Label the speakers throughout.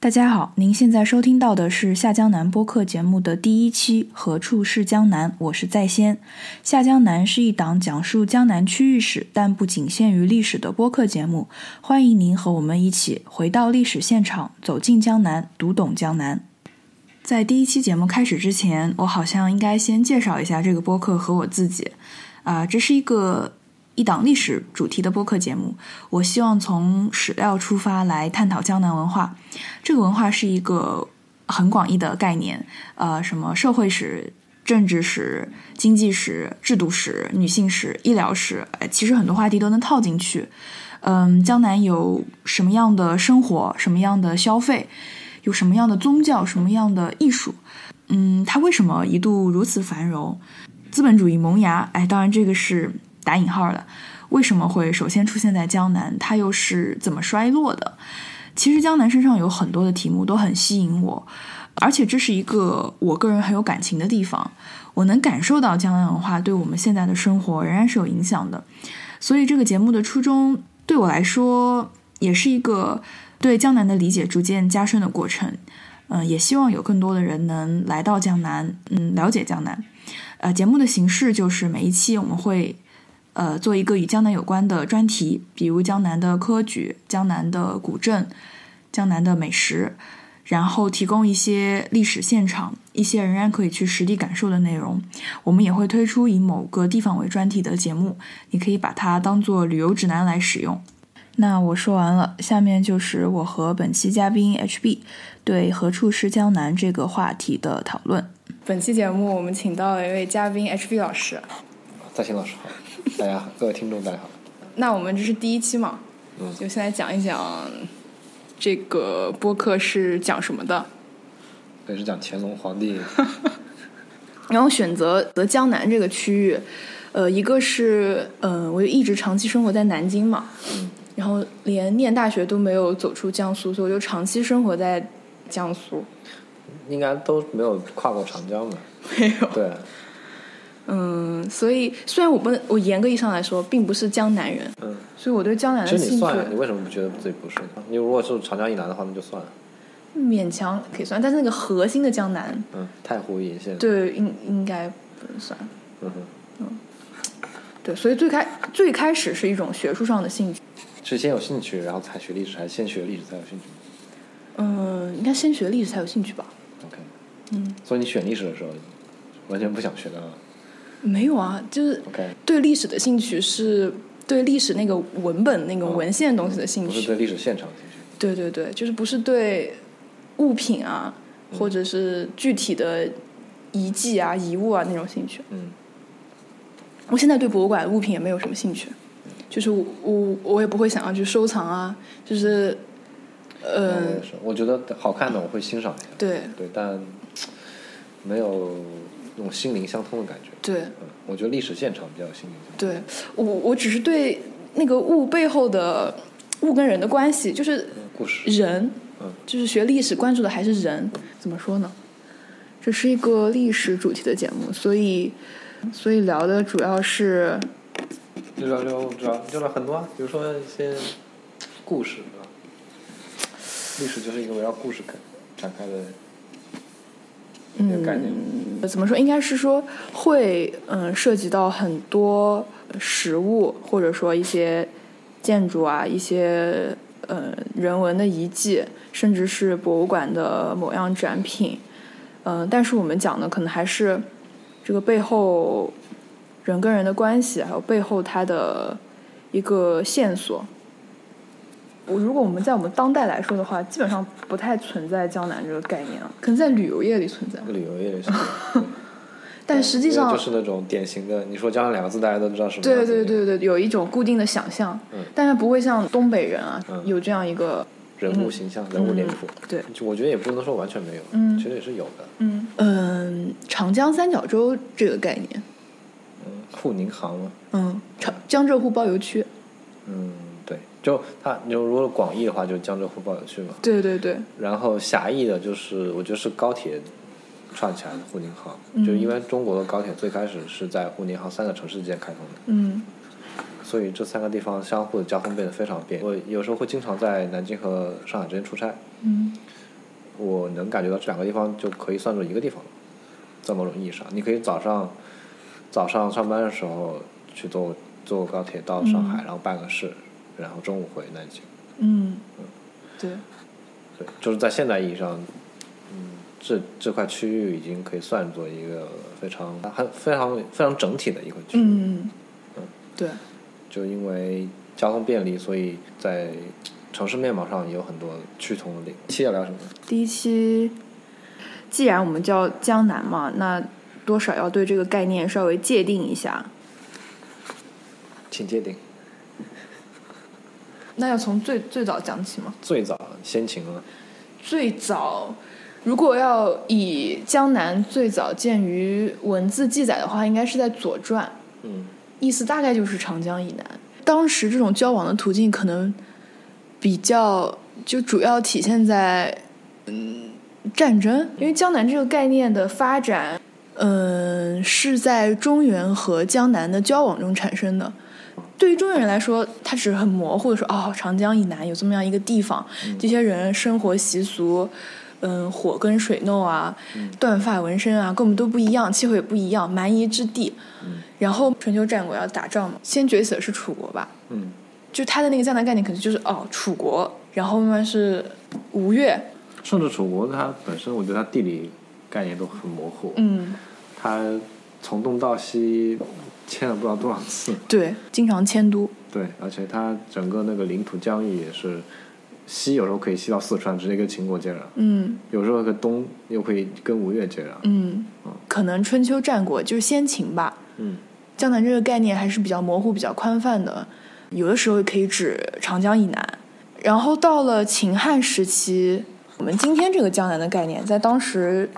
Speaker 1: 大家好，您现在收听到的是《下江南》播客节目的第一期《何处是江南》，我是在先。《下江南》是一档讲述江南区域史，但不仅限于历史的播客节目。欢迎您和我们一起回到历史现场，走进江南，读懂江南。在第一期节目开始之前，我好像应该先介绍一下这个播客和我自己。啊、这是一个一档历史主题的播客节目，我希望从史料出发来探讨江南文化。这个文化是一个很广义的概念，呃，什么社会史、政治史、经济史、制度史、女性史、医疗史，呃其实很多话题都能套进去。嗯，江南有什么样的生活，什么样的消费，有什么样的宗教，什么样的艺术？嗯，它为什么一度如此繁荣？资本主义萌芽，哎，当然这个是打引号的。为什么会首先出现在江南？它又是怎么衰落的？其实江南身上有很多的题目都很吸引我，而且这是一个我个人很有感情的地方，我能感受到江南文化对我们现在的生活仍然是有影响的。所以这个节目的初衷对我来说也是一个对江南的理解逐渐加深的过程。嗯、也希望有更多的人能来到江南，嗯，了解江南。呃，节目的形式就是每一期我们会呃做一个与江南有关的专题，比如江南的科举、江南的古镇、江南的美食，然后提供一些历史现场、一些仍然可以去实地感受的内容。我们也会推出以某个地方为专题的节目，你可以把它当做旅游指南来使用。那我说完了，下面就是我和本期嘉宾 HB 对“何处是江南”这个话题的讨论。
Speaker 2: 本期节目我们请到了一位嘉宾 HB 老师。
Speaker 3: 大兴老师好，大家好，各位听众大家好。
Speaker 2: 那我们这是第一期嘛，
Speaker 3: 嗯
Speaker 2: 就先来讲一讲这个播客是讲什么的。
Speaker 3: 这是讲乾隆皇帝，
Speaker 2: 然后选择择江南这个区域，呃，一个是呃，我就一直长期生活在南京嘛，
Speaker 3: 嗯
Speaker 2: 然后连念大学都没有走出江苏，所以我就长期生活在江苏。
Speaker 3: 应该都没有跨过长江吧？
Speaker 2: 没有，
Speaker 3: 对，
Speaker 2: 嗯，所以虽然我不能，我严格意义上来说，并不是江南人，
Speaker 3: 嗯，
Speaker 2: 所以我对江南
Speaker 3: 其
Speaker 2: 的
Speaker 3: 实
Speaker 2: 兴
Speaker 3: 你
Speaker 2: 趣
Speaker 3: 算呀，你为什么不觉得自己不是呢？你如果是长江以南的话，那就算了。
Speaker 2: 勉强可以算，但是那个核心的江南，
Speaker 3: 嗯，太湖沿线，
Speaker 2: 对，应应该不能算。
Speaker 3: 嗯哼，
Speaker 2: 对，所以最开最开始是一种学术上的兴趣，
Speaker 3: 是先有兴趣，然后才学历史，还是先学历史才有兴趣
Speaker 2: 嗯、应该先学历史才有兴趣吧？
Speaker 3: ？OK，
Speaker 2: 嗯，
Speaker 3: 所以你选历史的时候，完全不想学的啊。
Speaker 2: 没有啊，就是
Speaker 3: ，OK，
Speaker 2: 对历史的兴趣是对历史那个文本、那个
Speaker 3: 哦
Speaker 2: 文献东西的兴
Speaker 3: 不是
Speaker 2: 趣，
Speaker 3: 对历史现场的兴趣。
Speaker 2: 对对对，就是不是对物品啊，
Speaker 3: 嗯
Speaker 2: 或者是具体的遗迹啊、遗物啊那种兴趣。
Speaker 3: 嗯，
Speaker 2: 我现在对博物馆物品也没有什么兴趣，
Speaker 3: 嗯
Speaker 2: 就是我我我也不会想要去收藏啊，就是
Speaker 3: 我
Speaker 2: 呃
Speaker 3: 也，是，嗯我觉得好看的我会欣赏一下，
Speaker 2: 对
Speaker 3: 对，但没有那种心灵相通的感觉。
Speaker 2: 对。
Speaker 3: 嗯，我觉得历史现场比较有心灵相通。
Speaker 2: 对我，我只是对那个物背后的物跟人的关系，就是
Speaker 3: 嗯故事，
Speaker 2: 人，
Speaker 3: 嗯
Speaker 2: 就是学历史关注的还是人。怎么说呢？这是一个历史主题的节目，所以所以聊的主要是
Speaker 3: 六聊六聊六聊很多啊，比如说一些故事啊，历史就是一个围绕故事开展开的一个概念。
Speaker 2: 呃怎么说？应该是说会嗯涉及到很多食物，或者说一些建筑啊，一些呃人文的遗迹，甚至是博物馆的某样展品。嗯、但是我们讲的可能还是这个背后人跟人的关系，还有背后它的一个线索。我如果我们在我们当代来说的话，基本上不太存在江南这个概念啊，可能在旅游业里存在。
Speaker 3: 旅游业也是， 对
Speaker 2: 但实际
Speaker 3: 因为
Speaker 2: 上
Speaker 3: 就，是那种典型的，你说“江南”两个字，大家都知道什么样
Speaker 2: 对对
Speaker 3: 子。
Speaker 2: 对对，有一种固定的想象，
Speaker 3: 嗯
Speaker 2: 但是不会像东北人啊、
Speaker 3: 嗯
Speaker 2: 有这样一个，
Speaker 3: 人物形象、人物脸谱，
Speaker 2: 对，
Speaker 3: 就我觉得也不能说完全没有，
Speaker 2: 嗯
Speaker 3: 其实也是有的。
Speaker 2: 嗯嗯，长江三角洲这个概念，
Speaker 3: 嗯，沪宁杭嘛，
Speaker 2: 嗯，长江浙沪包邮区，
Speaker 3: 嗯，对，就它，你就如果广义的话，就江浙沪包邮区嘛。
Speaker 2: 对对对，
Speaker 3: 然后狭义的，就是我觉得是高铁串起来的沪宁杭，
Speaker 2: 嗯
Speaker 3: 就因为中国的高铁最开始是在沪宁杭三个城市之间开通的，
Speaker 2: 嗯
Speaker 3: 所以这三个地方相互的交通变得非常便利。我有时候会经常在南京和上海之间出差，
Speaker 2: 嗯
Speaker 3: 我能感觉到这两个地方就可以算作一个地方了，在某种意义上，你可以早上早上上班的时候去坐坐高铁到上海，然后办个事，然后中午回南京。
Speaker 2: 嗯，对，
Speaker 3: 对，就是在现代意义上，嗯，这这块区域已经可以算作一个非常很非常非常整体的一块区域。
Speaker 2: 嗯，对，
Speaker 3: 就因为交通便利，所以在城市面貌上也有很多趋同的点。七要聊什么？
Speaker 2: 第一期，既然我们叫江南嘛，那多少要对这个概念稍微界定一下。
Speaker 3: 请界定。
Speaker 2: 那要从最最早讲起吗？
Speaker 3: 最早先秦啊，
Speaker 2: 最早，如果要以江南最早见于文字记载的话，应该是在《左传》，
Speaker 3: 嗯，
Speaker 2: 意思大概就是长江以南。当时这种交往的途径可能比较就主要体现在嗯战争，因为江南这个概念的发展，嗯是在中原和江南的交往中产生的。对于中原人来说，他只是很模糊的说，哦，长江以南有这么样一个地方，这些人生活习俗，嗯，火跟水弄啊，断发纹身啊，跟我们都不一样，气候也不一样，蛮夷之地。然后春秋战国要打仗嘛，先崛起的是楚国吧？
Speaker 3: 嗯，
Speaker 2: 就他的那个江南概念，可能就是哦，楚国，然后慢慢是吴越，
Speaker 3: 甚至楚国它本身，我觉得它地理概念都很模糊，
Speaker 2: 嗯，
Speaker 3: 它从东到西迁了不知道多少次，
Speaker 2: 对，经常迁都，
Speaker 3: 对，而且它整个那个领土疆域也是西，有时候可以西到四川，直接跟秦国接壤；
Speaker 2: 嗯
Speaker 3: 有时候跟东又可以跟吴越接壤。
Speaker 2: 嗯，可能春秋战国就是先秦吧，
Speaker 3: 嗯，
Speaker 2: 江南这个概念还是比较模糊、比较宽泛的，有的时候可以指长江以南。然后到了秦汉时期，我们今天这个江南的概念，在当时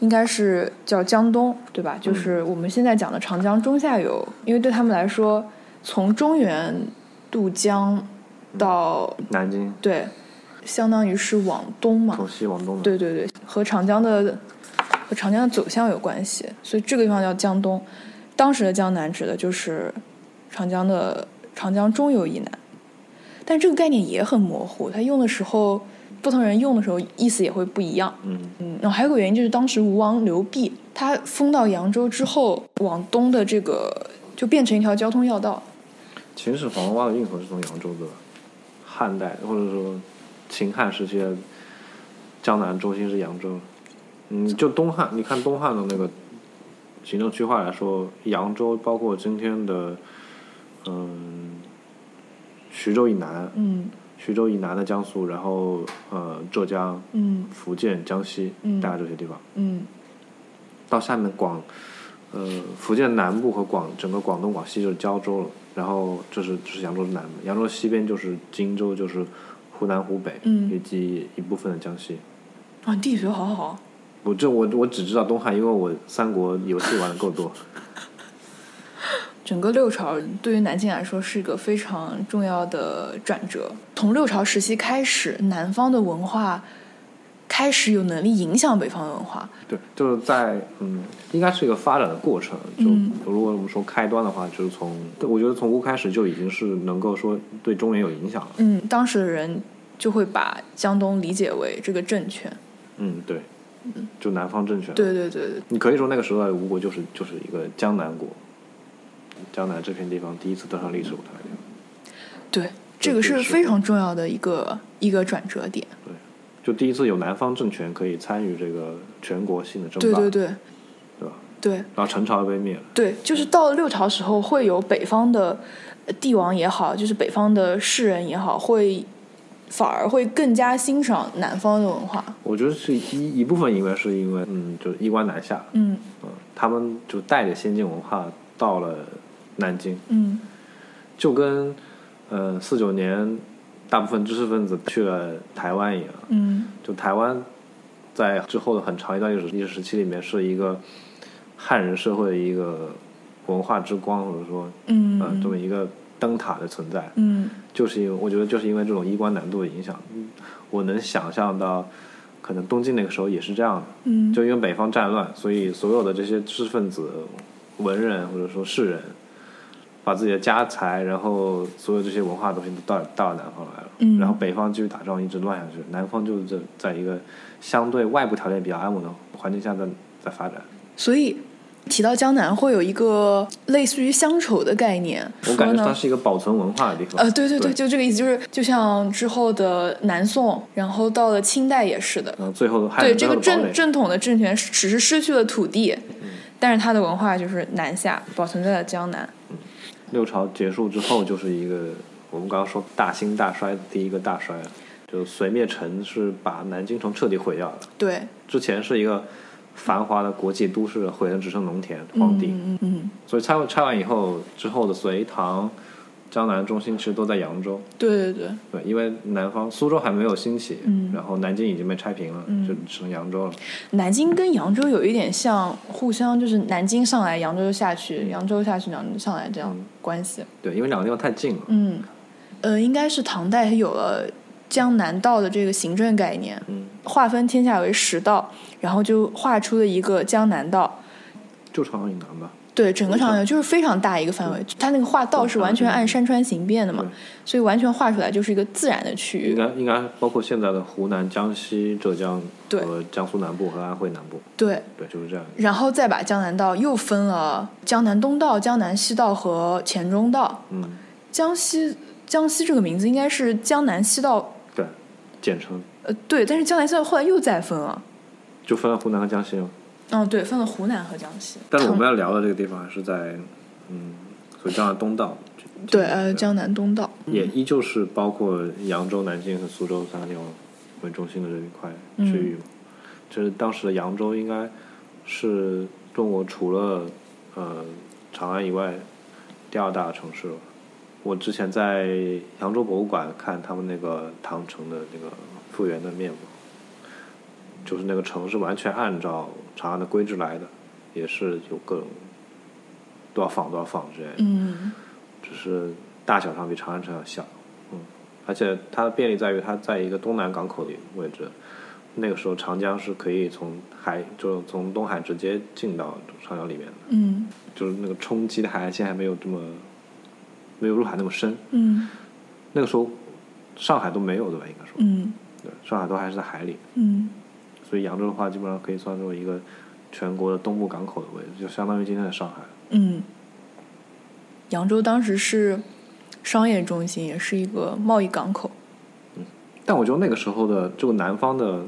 Speaker 2: 应该是叫江东，对吧？就是我们现在讲的长江中下游，因为对他们来说，从中原渡江到
Speaker 3: 南京
Speaker 2: 对，相当于是往东嘛，
Speaker 3: 从西往东的，
Speaker 2: 对对对，和长江的和长江的走向有关系，所以这个地方叫江东。当时的江南指的就是长江的长江中游以南，但这个概念也很模糊，它用的时候不同人用的时候意思也会不一样。
Speaker 3: 嗯
Speaker 2: 嗯，然后还有个原因就是当时吴王刘濞他封到扬州之后，往东的这个就变成一条交通要道。
Speaker 3: 秦始皇挖的运河是从扬州的，汉代或者说秦汉时期的江南中心是扬州。嗯，就东汉，你看东汉的那个行政区划来说，扬州包括今天的嗯徐州以南，
Speaker 2: 嗯
Speaker 3: 徐州以南的江苏，然后呃浙江、
Speaker 2: 嗯
Speaker 3: 福建、江西，
Speaker 2: 嗯
Speaker 3: 大概这些地方。
Speaker 2: 嗯
Speaker 3: 到下面广，呃，福建南部和广整个广东、广西就是胶州了，然后这是这是扬州的南部，扬州西边就是荆州，就是湖南、湖北、
Speaker 2: 嗯
Speaker 3: 以及一部分的江西。
Speaker 2: 啊，地理学好好。
Speaker 3: 我这我我只知道东汉，因为我三国游戏玩的够多。
Speaker 2: 整个六朝对于南京来说是一个非常重要的转折。从六朝时期开始，南方的文化开始有能力影响北方的文化。
Speaker 3: 对，就是在嗯，应该是一个发展的过程。就
Speaker 2: 嗯
Speaker 3: 如果我们说开端的话，就是从我觉得从吴开始就已经是能够说对中原有影响了。
Speaker 2: 嗯，当时的人就会把江东理解为这个政权。
Speaker 3: 嗯，对，就南方政权。
Speaker 2: 对对对对，
Speaker 3: 你可以说那个时候的吴国就是就是一个江南国，江南这片地方第一次登上历史舞台。
Speaker 2: 对，这个是非常重要的一个一个转折点。
Speaker 3: 对，就第一次有南方政权可以参与这个全国性的争
Speaker 2: 对
Speaker 3: 霸，
Speaker 2: 对对
Speaker 3: 对吧？
Speaker 2: 对
Speaker 3: 然后陈朝又被灭了，
Speaker 2: 对，就是到了六朝时候，会有北方的呃帝王也好，就是北方的士人也好，会反而会更加欣赏南方的文化。
Speaker 3: 我觉得是一一部分因为是因为嗯，就是衣冠南下，
Speaker 2: 嗯
Speaker 3: 嗯，他们就带着先进文化到了南京，
Speaker 2: 嗯
Speaker 3: 就跟呃四九年大部分知识分子去了台湾一样，
Speaker 2: 嗯
Speaker 3: 就台湾在之后的很长一段历史历史时期里面，是一个汉人社会的一个文化之光，或者说，
Speaker 2: 嗯
Speaker 3: 呃，这么一个灯塔的存在，
Speaker 2: 嗯
Speaker 3: 就是因为我觉得就是因为这种衣冠南渡的影响，嗯我能想象到，可能东晋那个时候也是这样的，
Speaker 2: 嗯
Speaker 3: 就因为北方战乱，所以所有的这些知识分子、文人或者说士人，把自己的家财，然后所有这些文化的东西都带带到南方来了。
Speaker 1: 嗯
Speaker 3: 然后北方继续打仗，一直乱下去，南方就是这在一个相对外部条件比较安稳的环境下在在发展。
Speaker 2: 所以提到江南，会有一个类似于乡愁的概念。
Speaker 3: 我
Speaker 2: 说
Speaker 3: 感觉
Speaker 2: 呢
Speaker 3: 它是一个保存文化的地方。
Speaker 2: 呃，对对对，
Speaker 3: 对
Speaker 2: 就这个意思，就是就像之后的南宋，然后到了清代也是的。
Speaker 3: 然后最后还
Speaker 2: 对
Speaker 3: 有
Speaker 2: 这个
Speaker 3: 堡
Speaker 2: 正
Speaker 3: 垒，嗯
Speaker 2: 正统的政权，只是失去了土地，但是它的文化就是南下，保存在了江南。
Speaker 3: 六朝结束之后就是一个我们刚刚说大兴大衰的第一个大衰，就隋灭陈是把南京城彻底毁掉了。
Speaker 2: 对，
Speaker 3: 之前是一个繁华的国际都市，毁的只剩农田荒地。
Speaker 2: 嗯嗯嗯，
Speaker 3: 所以拆完拆完以后，之后的隋唐、江南中心其实都在扬州。
Speaker 2: 对对对，
Speaker 3: 对，因为南方苏州还没有兴起，
Speaker 2: 嗯
Speaker 3: 然后南京已经被拆平了，就只剩扬州了。
Speaker 2: 南京跟扬州有一点像，互相就是南京上来，扬州就下去，扬州下去，扬州上来这样
Speaker 3: 嗯
Speaker 2: 关系。
Speaker 3: 对，因为两个地方太近了。
Speaker 2: 嗯，呃，应该是唐代有了江南道的这个行政概念，
Speaker 3: 嗯，
Speaker 2: 划分天下为十道，然后就划出了一个江南道。
Speaker 3: 就朝阳以南吧。
Speaker 2: 对，整个长
Speaker 3: 没
Speaker 2: 江就是非常大一个范围，它那个划道是完全按山川形变的嘛
Speaker 3: 对，
Speaker 2: 所以完全划出来就是一个自然的区
Speaker 3: 应
Speaker 2: 域。
Speaker 3: 该应该包括现在的湖南、江西、浙江
Speaker 2: 对
Speaker 3: 和江苏南部和安徽南部，
Speaker 2: 对，
Speaker 3: 对，就是这样。
Speaker 2: 然后再把江南道又分了江南东道、江南西道和黔中道。
Speaker 3: 嗯，
Speaker 2: 江西江西这个名字应该是江南西道，
Speaker 3: 对，简称
Speaker 2: 呃，对，但是江南西道后来又再分了。
Speaker 3: 就分了湖南和江西嘛。
Speaker 2: 嗯，对，分了湖南和江西。
Speaker 3: 但是我
Speaker 2: 唐
Speaker 3: 们要聊的这个地方还是在嗯，所以江南东道。
Speaker 2: 对呃江南东道，
Speaker 3: 也依旧是包括扬州、南京和苏州三个地方为中心的这一块区域嘛。就是当时的扬州应该是中国除了呃长安以外第二大城市了。我之前在扬州博物馆看他们那个唐城的那个复原的面貌，就是那个城是完全按照长安的规制来的，也是有各种多少坊多少坊之类的。
Speaker 2: 嗯
Speaker 3: 只是大小上比长安城要小，嗯，而且它的便利在于它在一个东南港口的位置，那个时候长江是可以从海，就是从东海直接进到长江里面的，
Speaker 2: 嗯
Speaker 3: 就是那个冲击的海岸线还没有这么，没有入海那么深，
Speaker 2: 嗯
Speaker 3: 那个时候上海都没有对吧？应该说，
Speaker 2: 嗯
Speaker 3: 对，上海都还是在海里，
Speaker 2: 嗯
Speaker 3: 所以扬州的话基本上可以算作一个全国的东部港口的位置，就相当于今天的上海。
Speaker 2: 嗯。扬州当时是商业中心，也是一个贸易港口。
Speaker 3: 但我觉得那个时候的这个南方的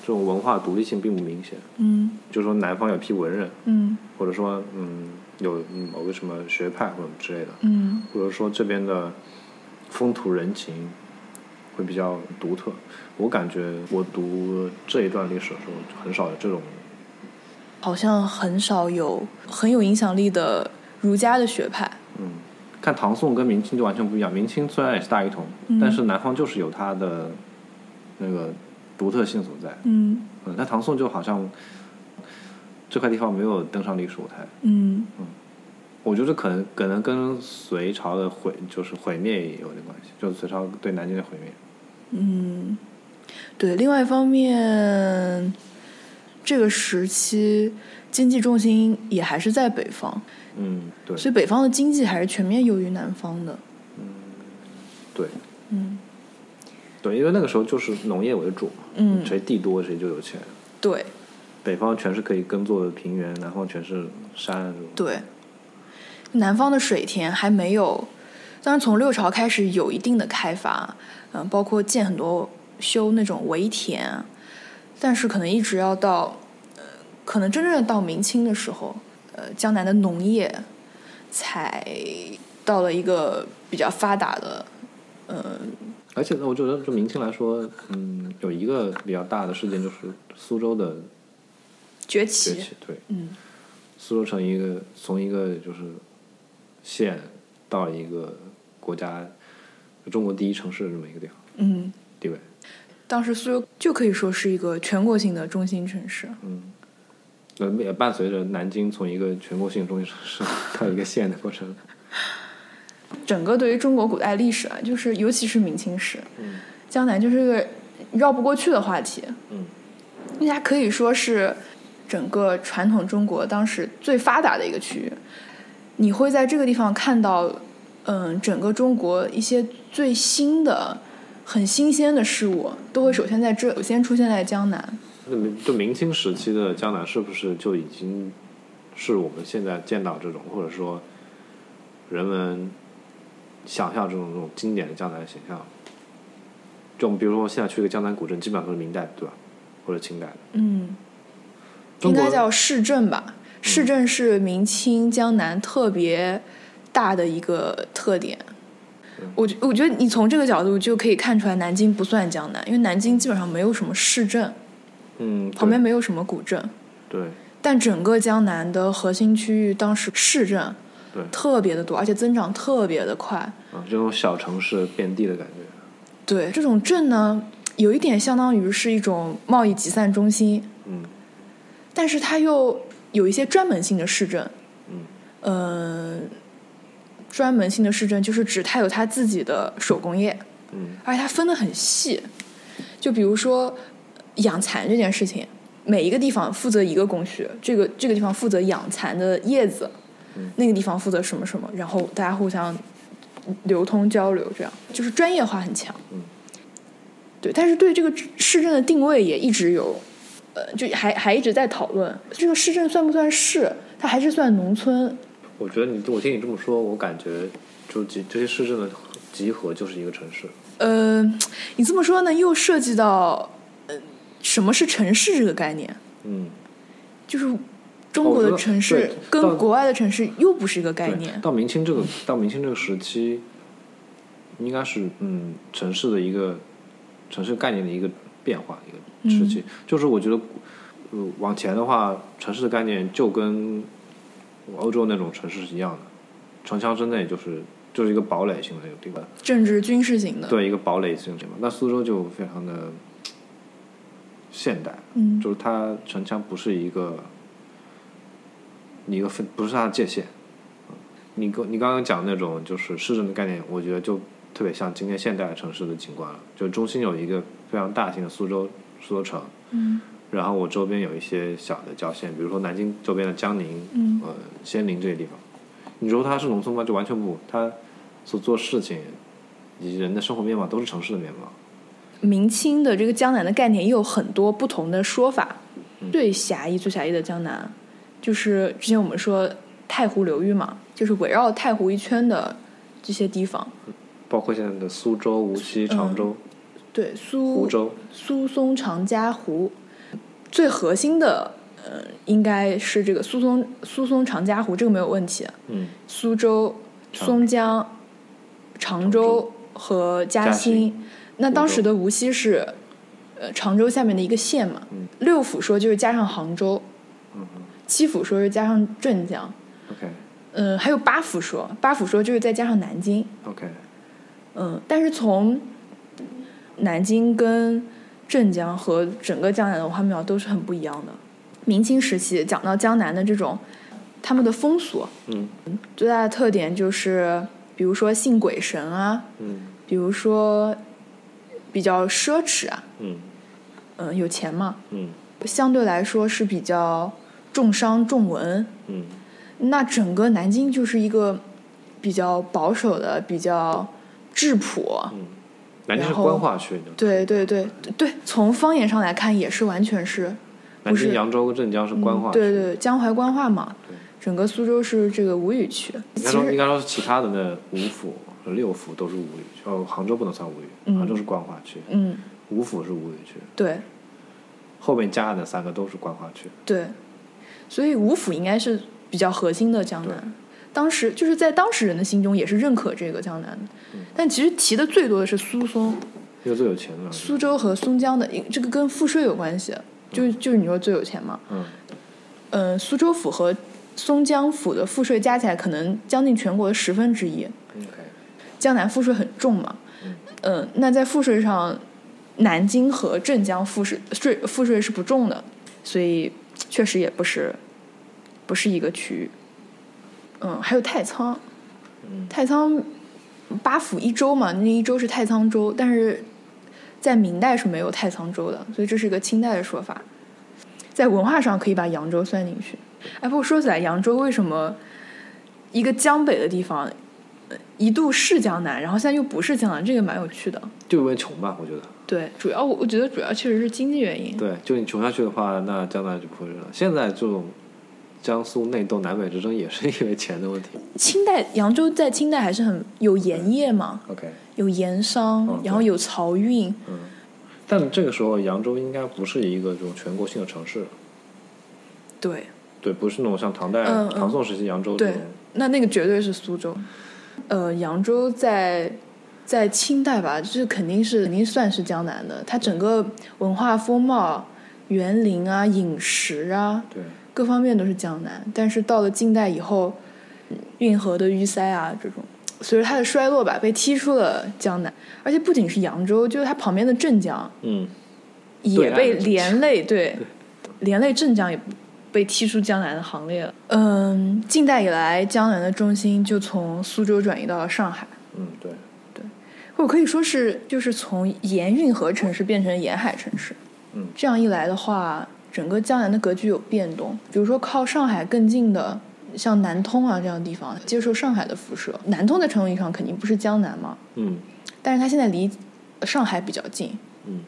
Speaker 3: 这种文化独立性并不明显。
Speaker 2: 嗯
Speaker 3: 就是说南方有批文人，
Speaker 2: 嗯
Speaker 3: 或者说嗯有嗯某个什么学派或者之类的，
Speaker 2: 嗯
Speaker 3: 或者说这边的风土人情会比较独特。我感觉我读这一段历史的时候，很少有这种
Speaker 2: 好像很少有很有影响力的儒家的学派。
Speaker 3: 嗯。看唐宋跟明清就完全不一样，明清虽然也是大一统，
Speaker 2: 嗯
Speaker 3: 但是南方就是有它的那个独特性所在。
Speaker 2: 嗯
Speaker 3: 嗯，但唐宋就好像这块地方没有登上历史舞台。
Speaker 2: 嗯
Speaker 3: 我觉得可能可能跟隋朝的毁就是毁灭也有点关系，就是隋朝对南京的毁灭。
Speaker 2: 嗯，对。另外一方面，这个时期经济重心也还是在北方，
Speaker 3: 嗯，对
Speaker 2: 所以北方的经济还是全面优于南方的。
Speaker 3: 对
Speaker 2: 嗯
Speaker 3: 对，因为那个时候就是农业为主嘛，
Speaker 2: 嗯
Speaker 3: 谁地多谁就有钱。，
Speaker 2: 对
Speaker 3: 北方全是可以耕作的平原，南方全是山。
Speaker 2: 对，南方的水田还没有，当然从六朝开始有一定的开发，嗯、包括建很多修那种围田，但是可能一直要到，呃，可能真正的到明清的时候，呃，江南的农业才到了一个比较发达的，呃，
Speaker 3: 而且呢，我觉得就明清来说，嗯，有一个比较大的事件就是苏州的
Speaker 2: 崛
Speaker 3: 崛
Speaker 2: 起。
Speaker 3: 起。对，
Speaker 2: 嗯
Speaker 3: 苏州成一个从一个就是县到一个国家，中国第一城市这么一个地方
Speaker 2: 嗯，
Speaker 3: 地位。
Speaker 2: 当时苏州就可以说是一个全国性的中心城市。
Speaker 3: 嗯，呃，也伴随着南京从一个全国性中心城市到一个县的过程。
Speaker 2: 整个对于中国古代历史啊，就是尤其是明清史，
Speaker 3: 嗯
Speaker 2: 江南就是一个绕不过去的话题。
Speaker 3: 嗯，
Speaker 2: 因为它可以说是整个传统中国当时最发达的一个区域。你会在这个地方看到，嗯，整个中国一些最新的、很新鲜的事物，都会首先在这，首先出现在江南。
Speaker 3: 那么就明清时期的江南是不是就已经是我们现在见到这种，或者说人们想象这种这种经典的江南形象？就比如说现在去一个江南古镇，基本上都是明代的，对吧？或者清代的。
Speaker 2: 嗯，
Speaker 3: 中
Speaker 2: 应
Speaker 3: 国嗯
Speaker 2: 该叫市政吧？市政是明清江南特别大的一个特点。
Speaker 3: 嗯
Speaker 2: 我觉我觉得你从这个角度就可以看出来，南京不算江南，因为南京基本上没有什么市政，
Speaker 3: 嗯，对
Speaker 2: 旁边没有什么古镇。
Speaker 3: 对
Speaker 2: 但整个江南的核心区域当时市政
Speaker 3: 对
Speaker 2: 特别的多，而且增长特别的快。
Speaker 3: 啊，这种小城市遍地的感觉。
Speaker 2: 对，这种镇呢，有一点相当于是一种贸易集散中心，
Speaker 3: 嗯
Speaker 2: 但是它又有一些专门性的市政。
Speaker 3: 嗯
Speaker 2: 嗯、专门性的市政就是指它有它自己的手工业，
Speaker 3: 嗯
Speaker 2: 而且它分得很细。就比如说养蚕这件事情，每一个地方负责一个工序，这个这个地方负责养蚕的叶子，
Speaker 3: 嗯
Speaker 2: 那个地方负责什么什么，然后大家互相流通交流，这样就是专业化很强。
Speaker 3: 嗯
Speaker 2: 对，但是对这个市政的定位也一直有，呃，就还还一直在讨论，这个市政算不算市？它还是算农村，
Speaker 3: 我觉得你，我听你这么说，我感觉就集这些市政的集合就是一个城市。
Speaker 2: 呃，你这么说呢，又涉及到呃，什么是城市这个概念？
Speaker 3: 嗯，
Speaker 2: 就是中国的城
Speaker 3: 哦我
Speaker 2: 市
Speaker 3: 知道对到
Speaker 2: 跟国外的城市又不是一个概
Speaker 3: 对，
Speaker 2: 念。
Speaker 3: 到明清这个到明清这个时期，应该是嗯城市的一个城市概念的一个变化一个
Speaker 2: 嗯
Speaker 3: 时期。就是我觉得，呃，往前的话，城市的概念就跟欧洲那种城市是一样的，城墙之内就是就是一个堡垒型的一个地方。
Speaker 2: 政治军事型的，
Speaker 3: 对一个堡垒性质嘛。那苏州就非常的现代，
Speaker 2: 嗯
Speaker 3: 就是它城墙不是一个一个分，不是它的界限。嗯你跟你刚刚讲那种就是市政的概念，我觉得就特别像今天现代城市的景观了。就中心有一个非常大型的苏州苏州城，
Speaker 2: 嗯
Speaker 3: 然后我周边有一些小的郊县，比如说南京周边的江宁、
Speaker 2: 嗯
Speaker 3: 呃仙林这些地方。你说它是农村吗？就完全不，它所做事情以及人的生活面貌都是城市的面貌。
Speaker 2: 明清的这个江南的概念也有很多不同的说法。
Speaker 3: 嗯
Speaker 2: 最狭义、最狭义的江南，就是之前我们说太湖流域嘛，就是围绕太湖一圈的这些地方，
Speaker 3: 包括现在的苏州、无锡、常州、
Speaker 2: 对苏
Speaker 3: 湖州，
Speaker 2: 苏松长嘉湖，最核心的，呃，应该是这个苏松苏松长嘉湖，这个没有问题。
Speaker 3: 嗯，
Speaker 2: 苏州、
Speaker 3: 长
Speaker 2: 松江、常州和嘉
Speaker 3: 嘉兴
Speaker 2: 兴。那当时的无锡是，呃，常州下面的一个县嘛。六府说就是加上杭州，
Speaker 3: 嗯嗯
Speaker 2: 七府说是加上镇江，
Speaker 3: ，OK
Speaker 2: 嗯、还有八府说，八府说就是再加上南京。
Speaker 3: OK，
Speaker 2: 嗯，但是从南京跟镇江和整个江南的文化面貌都是很不一样的。明清时期讲到江南的这种他们的风俗，
Speaker 3: 嗯
Speaker 2: 最大的特点就是，比如说信鬼神啊，
Speaker 3: 嗯
Speaker 2: 比如说比较奢侈啊，
Speaker 3: 嗯
Speaker 2: 嗯，有钱嘛，
Speaker 3: 嗯
Speaker 2: 相对来说是比较重商重文。
Speaker 3: 嗯
Speaker 2: 那整个南京就是一个比较保守的、比较质朴，
Speaker 3: 嗯，南京是
Speaker 2: 然后
Speaker 3: 官话区，你知道吗
Speaker 2: 对对对对，从方言上来看也是完全是，不
Speaker 3: 南京、
Speaker 2: 是嗯
Speaker 3: 扬州、镇江是官话区。
Speaker 2: 对对，江淮官话嘛
Speaker 3: 对。
Speaker 2: 整个苏州是这个吴语区，其
Speaker 3: 应该说，应
Speaker 2: 实
Speaker 3: 该说是其他的那五府、六府都是吴语区，哦，杭州不能算吴语，
Speaker 2: 嗯
Speaker 3: 杭州是官话区，
Speaker 2: 嗯，
Speaker 3: 五府是吴语区，
Speaker 2: 对
Speaker 3: 后面加的那三个都是官话区。
Speaker 2: 对，所以吴府应该是比较核心的江
Speaker 3: 对
Speaker 2: 南。当时就是在当时人的心中也是认可这个江南的，
Speaker 3: 嗯
Speaker 2: 但其实提的最多的是苏松、
Speaker 3: 因为最有钱的，
Speaker 2: 苏州和松江的，这个跟赋税有关系，就就是你说最有钱嘛，
Speaker 3: 嗯，
Speaker 2: 嗯，苏州府和松江府的赋税加起来可能将近全国的十分之一，
Speaker 3: 嗯
Speaker 2: 江南赋税很重嘛，嗯、那在赋税上，南京和镇江赋税税赋税是不重的，所以确实也不是不是一个区域。嗯，还有太仓，太仓八府一州嘛，那一州是太仓州，但是在明代是没有太仓州的，所以这是一个清代的说法。在文化上可以把扬州算进去。哎，不过说起来，扬州为什么一个江北的地方，呃一度是江南，然后现在又不是江南，这个蛮有趣的。
Speaker 3: 就因为穷吧，我觉得。
Speaker 2: 对，主要我我觉得主要确实是经济原因。
Speaker 3: 对，就你穷下去的话，那江南就不会热了。现在这种江苏内斗南北之争也是因为钱的问题。
Speaker 2: 清代扬州在清代还是很有盐业嘛，
Speaker 3: OK，
Speaker 2: 有盐商，
Speaker 3: 嗯
Speaker 2: 然后
Speaker 3: 对
Speaker 2: 有漕运，
Speaker 3: 嗯，但这个时候扬州应该不是一个这种全国性的城市，
Speaker 2: 对，
Speaker 3: 对，不是那种像唐代、
Speaker 2: 嗯嗯
Speaker 3: 唐宋时期扬州这种
Speaker 2: 对那那个绝对是苏州。呃，扬州在在清代吧，就是肯定是肯定算是江南的，它整个文化风貌、园林啊、饮食啊
Speaker 3: 对
Speaker 2: 各方面都是江南。但是到了近代以后，嗯运河的淤塞啊这种，随着它的衰落吧，被踢出了江南。而且不仅是扬州，就是它旁边的镇江
Speaker 3: 嗯，对
Speaker 2: 也
Speaker 3: 岸
Speaker 2: 被
Speaker 3: 的镇
Speaker 2: 连累，对，连累镇江也被踢出江南的行列了。嗯，近代以来，江南的重心就从苏州转移到了上海，
Speaker 3: 嗯，对，
Speaker 2: 或者可以说是就是从沿运河城市变成沿海城市。
Speaker 3: 嗯
Speaker 2: 这样一来的话，整个江南的格局有变动。比如说靠上海更近的，像南通啊这样的地方，接受上海的辐射。南通在传统意义上肯定不是江南嘛，
Speaker 3: 嗯
Speaker 2: 但是它现在离上海比较近，
Speaker 3: 嗯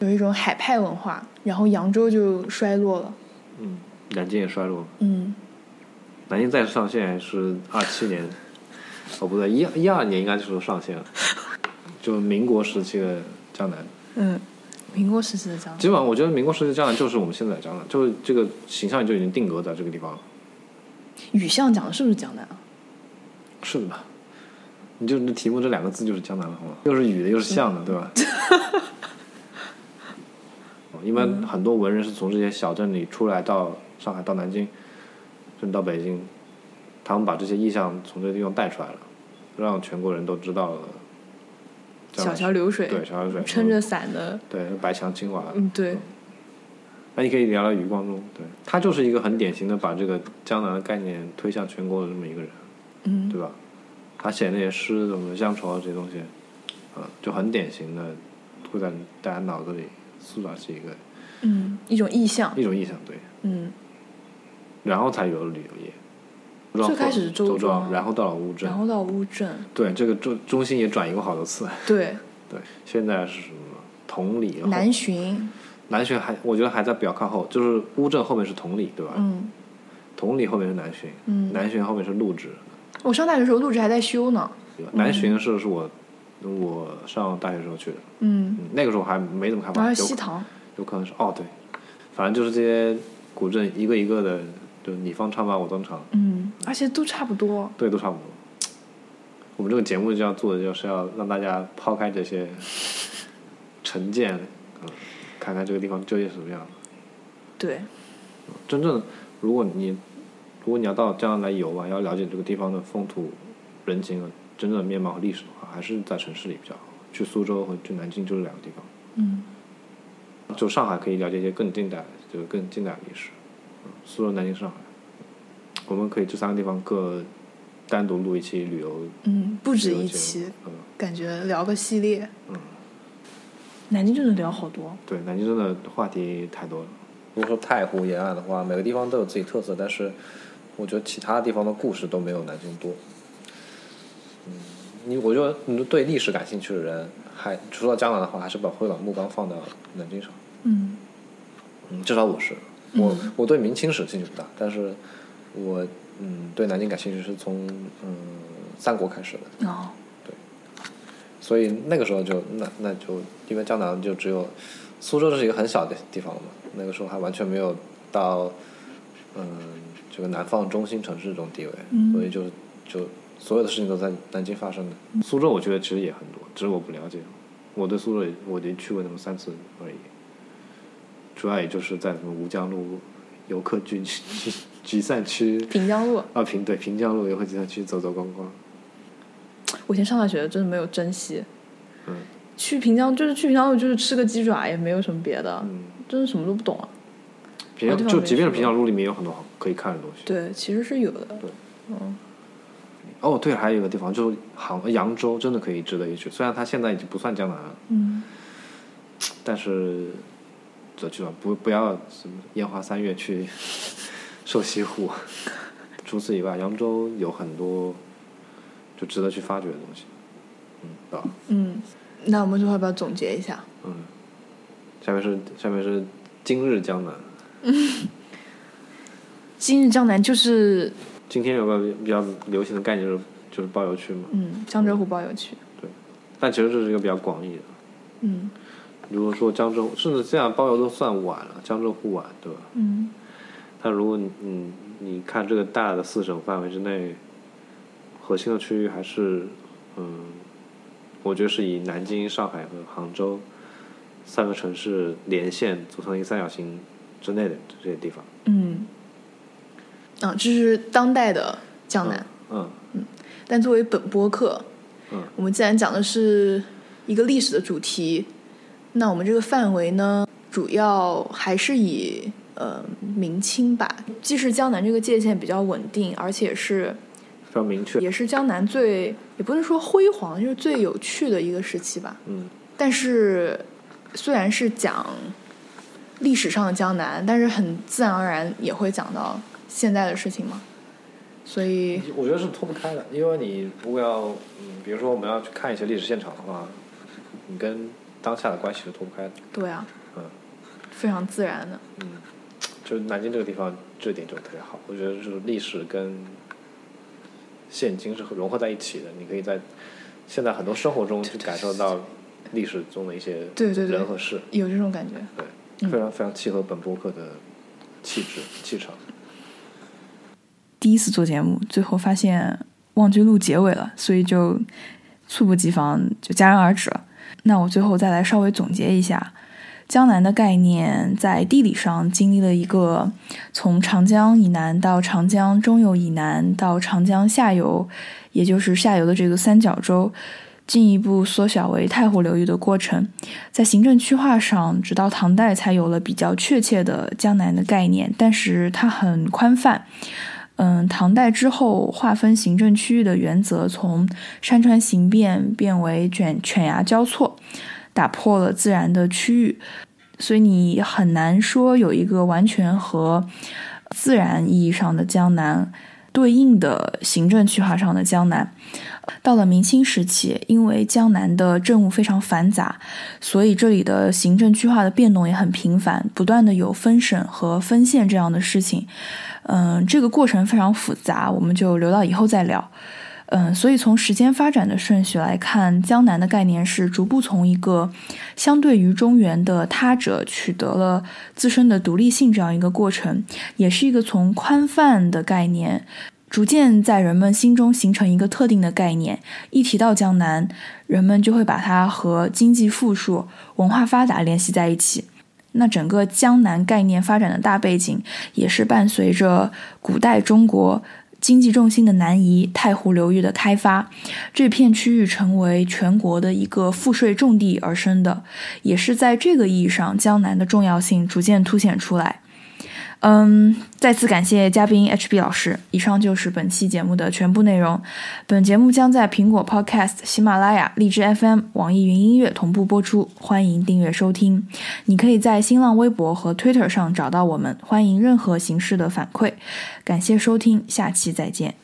Speaker 2: 有一种海派文化，然后扬州就衰落了。
Speaker 3: 嗯，南京也衰落了，
Speaker 2: 嗯，
Speaker 3: 南京再上线是二七年，哦不对，一一二年应该就是上线了，就民国时期的江南。
Speaker 2: 嗯，民国时期的江南，
Speaker 3: 基本上，我觉得民国时期的江南就是我们现在的江南，就是这个形象就已经定格在这个地方了。
Speaker 2: 雨巷讲的是不是江南啊？
Speaker 3: 是的吧？你就这题目这两个字就是江南了，好吗？又是雨的，又是像的，对吧？哦一
Speaker 2: 嗯
Speaker 3: 般很多文人是从这些小镇里出来到上海、到南京，甚至到北京，他们把这些意象从这个地方带出来了，让全国人都知道了江
Speaker 2: 小
Speaker 3: 南是。
Speaker 2: 桥流水，
Speaker 3: 对小桥水，
Speaker 2: 撑着伞的，
Speaker 3: 对白墙青瓦，
Speaker 2: 嗯，对，
Speaker 3: 那你可以聊聊余光中，对他就是一个很典型的把这个江南的概念推向全国的这么一个人，
Speaker 2: 嗯，
Speaker 3: 对吧？他写那些诗，什么乡愁啊这些东西，啊、就很典型的会在大家脑子里塑造起一个
Speaker 2: 嗯，一种意象，
Speaker 3: 一种印象，对，
Speaker 2: 嗯，
Speaker 3: 然后才有了旅游业。然后
Speaker 2: 最开始是周
Speaker 3: 周
Speaker 2: 庄啊
Speaker 3: 然后到了乌镇
Speaker 2: 然，后到乌镇，
Speaker 3: 对这个中中心也转移过好多次，
Speaker 2: 对，
Speaker 3: 对，现在是什么同里后
Speaker 2: 南浔，
Speaker 3: 南浔还我觉得还在比较靠后，就是乌镇后面是同里，对吧？
Speaker 2: 嗯
Speaker 3: 同里后面是南浔，
Speaker 2: 嗯，
Speaker 3: 南浔后面是陆直，
Speaker 2: 我上大学时候录制还在修呢，
Speaker 3: 南浔是是我我上大学时候去的，
Speaker 2: 嗯，
Speaker 3: 嗯，那个时候还没怎么开
Speaker 2: 然
Speaker 3: 发，
Speaker 2: 后
Speaker 3: 有
Speaker 2: 西塘，
Speaker 3: 有可能是哦对，反正就是这些古镇一个一个的，就你方唱罢我登场，
Speaker 2: 嗯，而且都差不多，
Speaker 3: 对，都差不多。我们这个节目就要做的就是要让大家抛开这些成见，嗯，看看这个地方究竟是什么样的。
Speaker 2: 对，
Speaker 3: 真正如果你如果你要到江南来游啊，要了解这个地方的风土人情和真正的面貌和历史的话，还是在城市里比较好。去苏州和去南京就是两个地方，
Speaker 2: 嗯，
Speaker 3: 就上海可以了解一些更近代的，就是更近代的历史。嗯苏州、南京、上海，我们可以这三个地方各单独录一期旅游，
Speaker 2: 嗯，不止
Speaker 3: 旅游
Speaker 2: 一
Speaker 3: 节目
Speaker 2: 期，。
Speaker 3: 嗯，
Speaker 2: 感觉聊个系列，嗯南京就能聊好多，
Speaker 3: 对，南京真的话题太多了。如果说太湖沿岸的话，每个地方都有自己特色，但是我觉得其他地方的故事都没有南京多。嗯，你我觉得你对历史感兴趣的人，还除了江南的话，还是把会把目光放到南京上。
Speaker 2: 嗯
Speaker 3: 嗯，至少我是，我、我对明清史兴趣不大，但是我嗯对南京感兴趣是从嗯三国开始的。
Speaker 2: 哦，
Speaker 3: 所以那个时候就那那就因为江南就只有苏州这是一个很小的地方嘛，那个时候还完全没有到嗯这个南方中心城市这种地位，
Speaker 2: 嗯
Speaker 3: 所以就就所有的事情都在南京发生的。苏州我觉得其实也很多，只是我不了解，我对苏州也我就去过那么三次而已，主要也就是在什么吴江路游客聚集集散区
Speaker 2: 平江路，
Speaker 3: 啊平对平江路游客集散区走走逛逛，
Speaker 2: 我以前上大学真的没有珍惜，
Speaker 3: 嗯
Speaker 2: 去平江就是去平江路就是吃个鸡爪，也没有什么别的，
Speaker 3: 嗯，
Speaker 2: 真的什么都不懂啊。
Speaker 3: 平
Speaker 2: 我
Speaker 3: 江
Speaker 2: 地方
Speaker 3: 就
Speaker 2: 啊没
Speaker 3: 即便是
Speaker 2: 去
Speaker 3: 平江路里面有很多好可以看的东西。
Speaker 2: 对，其实是有的。
Speaker 3: 对
Speaker 2: 嗯，
Speaker 3: 哦，对，还有一个地方就是杭扬州，真的可以值得一去。虽然它现在已经不算江南了，
Speaker 2: 嗯，
Speaker 3: 但是 这去吧，不不要什么烟花三月去瘦西湖，除此以外，扬州有很多就值得去发掘的东西，嗯，对吧？
Speaker 4: 嗯，那我们最后要不要总结一下？
Speaker 3: 嗯，下面是下面是今日江南，
Speaker 4: 今日江南就是
Speaker 3: 今天有个比较流行的概念就是就是包邮区嘛，
Speaker 4: 嗯江浙沪包邮区，
Speaker 3: 但其实这是一个比较广义的。
Speaker 4: 嗯
Speaker 3: 如果说江浙沪，甚至这样包邮都算晚了，江浙沪晚，对吧？
Speaker 4: 嗯
Speaker 3: 但如果你你你看这个大的四省范围之内，核心的区域还是，嗯，我觉得是以南京、上海和杭州三个城市连线组成一个三角形之内的这些地方。
Speaker 4: 嗯，啊，这是当代的江南，
Speaker 3: 嗯，
Speaker 4: 但作为本播客，
Speaker 3: 嗯
Speaker 4: 我们既然讲的是一个历史的主题，那我们这个范围呢，主要还是以呃明清吧，既是江南这个界限比较稳定，而且是
Speaker 3: 非常明确。
Speaker 4: 也是江南最也不能说辉煌，就是最有趣的一个时期吧。
Speaker 3: 嗯
Speaker 4: 但是虽然是讲历史上的江南，但是很自然而然也会讲到现在的事情嘛，所以
Speaker 3: 我觉得是脱不开的，因为你如果要，嗯，比如说我们要去看一些历史现场的话，你跟当下的关系是脱不开的。
Speaker 4: 对啊，
Speaker 3: 嗯
Speaker 4: 非常自然的。
Speaker 3: 嗯，就是南京这个地方，这点就特别好。我觉得就是历史跟现今是融合在一起的，你可以在现在很多生活中去感受到历史中的一些
Speaker 4: 对对对
Speaker 3: 人和事，
Speaker 4: 有这种感觉。
Speaker 3: 对
Speaker 4: 嗯
Speaker 3: 非常非常契合本播客的气质气场。
Speaker 2: 第一次做节目，最后发现忘记录结尾了，所以就猝不及防就戛然而止了。那我最后再来稍微总结一下，江南的概念在地理上经历了一个从长江以南到长江中游以南到长江下游，也就是下游的这个三角洲。进一步缩小为太湖流域的过程，在行政区划上，直到唐代才有了比较确切的江南的概念，但是它很宽泛，嗯，唐代之后划分行政区域的原则从山川形变变为犬犬牙交错，打破了自然的区域，所以你很难说有一个完全和自然意义上的江南对应的行政区划上的江南。到了明清时期，因为江南的政务非常繁杂，所以这里的行政区划的变动也很频繁，不断的有分省和分县这样的事情。嗯，这个过程非常复杂，我们就留到以后再聊。嗯，所以从时间发展的顺序来看，江南的概念是逐步从一个相对于中原的他者取得了自身的独立性这样一个过程，也是一个从宽泛的概念。逐渐在人们心中形成一个特定的概念，一提到江南，人们就会把它和经济富庶、文化发达联系在一起。那整个江南概念发展的大背景，也是伴随着古代中国经济重心的南移、太湖流域的开发，这片区域成为全国的一个赋税重地而生的，也是在这个意义上，江南的重要性逐渐凸显出来。嗯，再次感谢嘉宾 HB 老师。以上就是本期节目的全部内容。本节目将在苹果 Podcast、喜马拉雅、荔枝 FM、网易云音乐同步播出，欢迎订阅收听。你可以在新浪微博和 Twitter 上找到我们，欢迎任何形式的反馈。感谢收听，下期再见。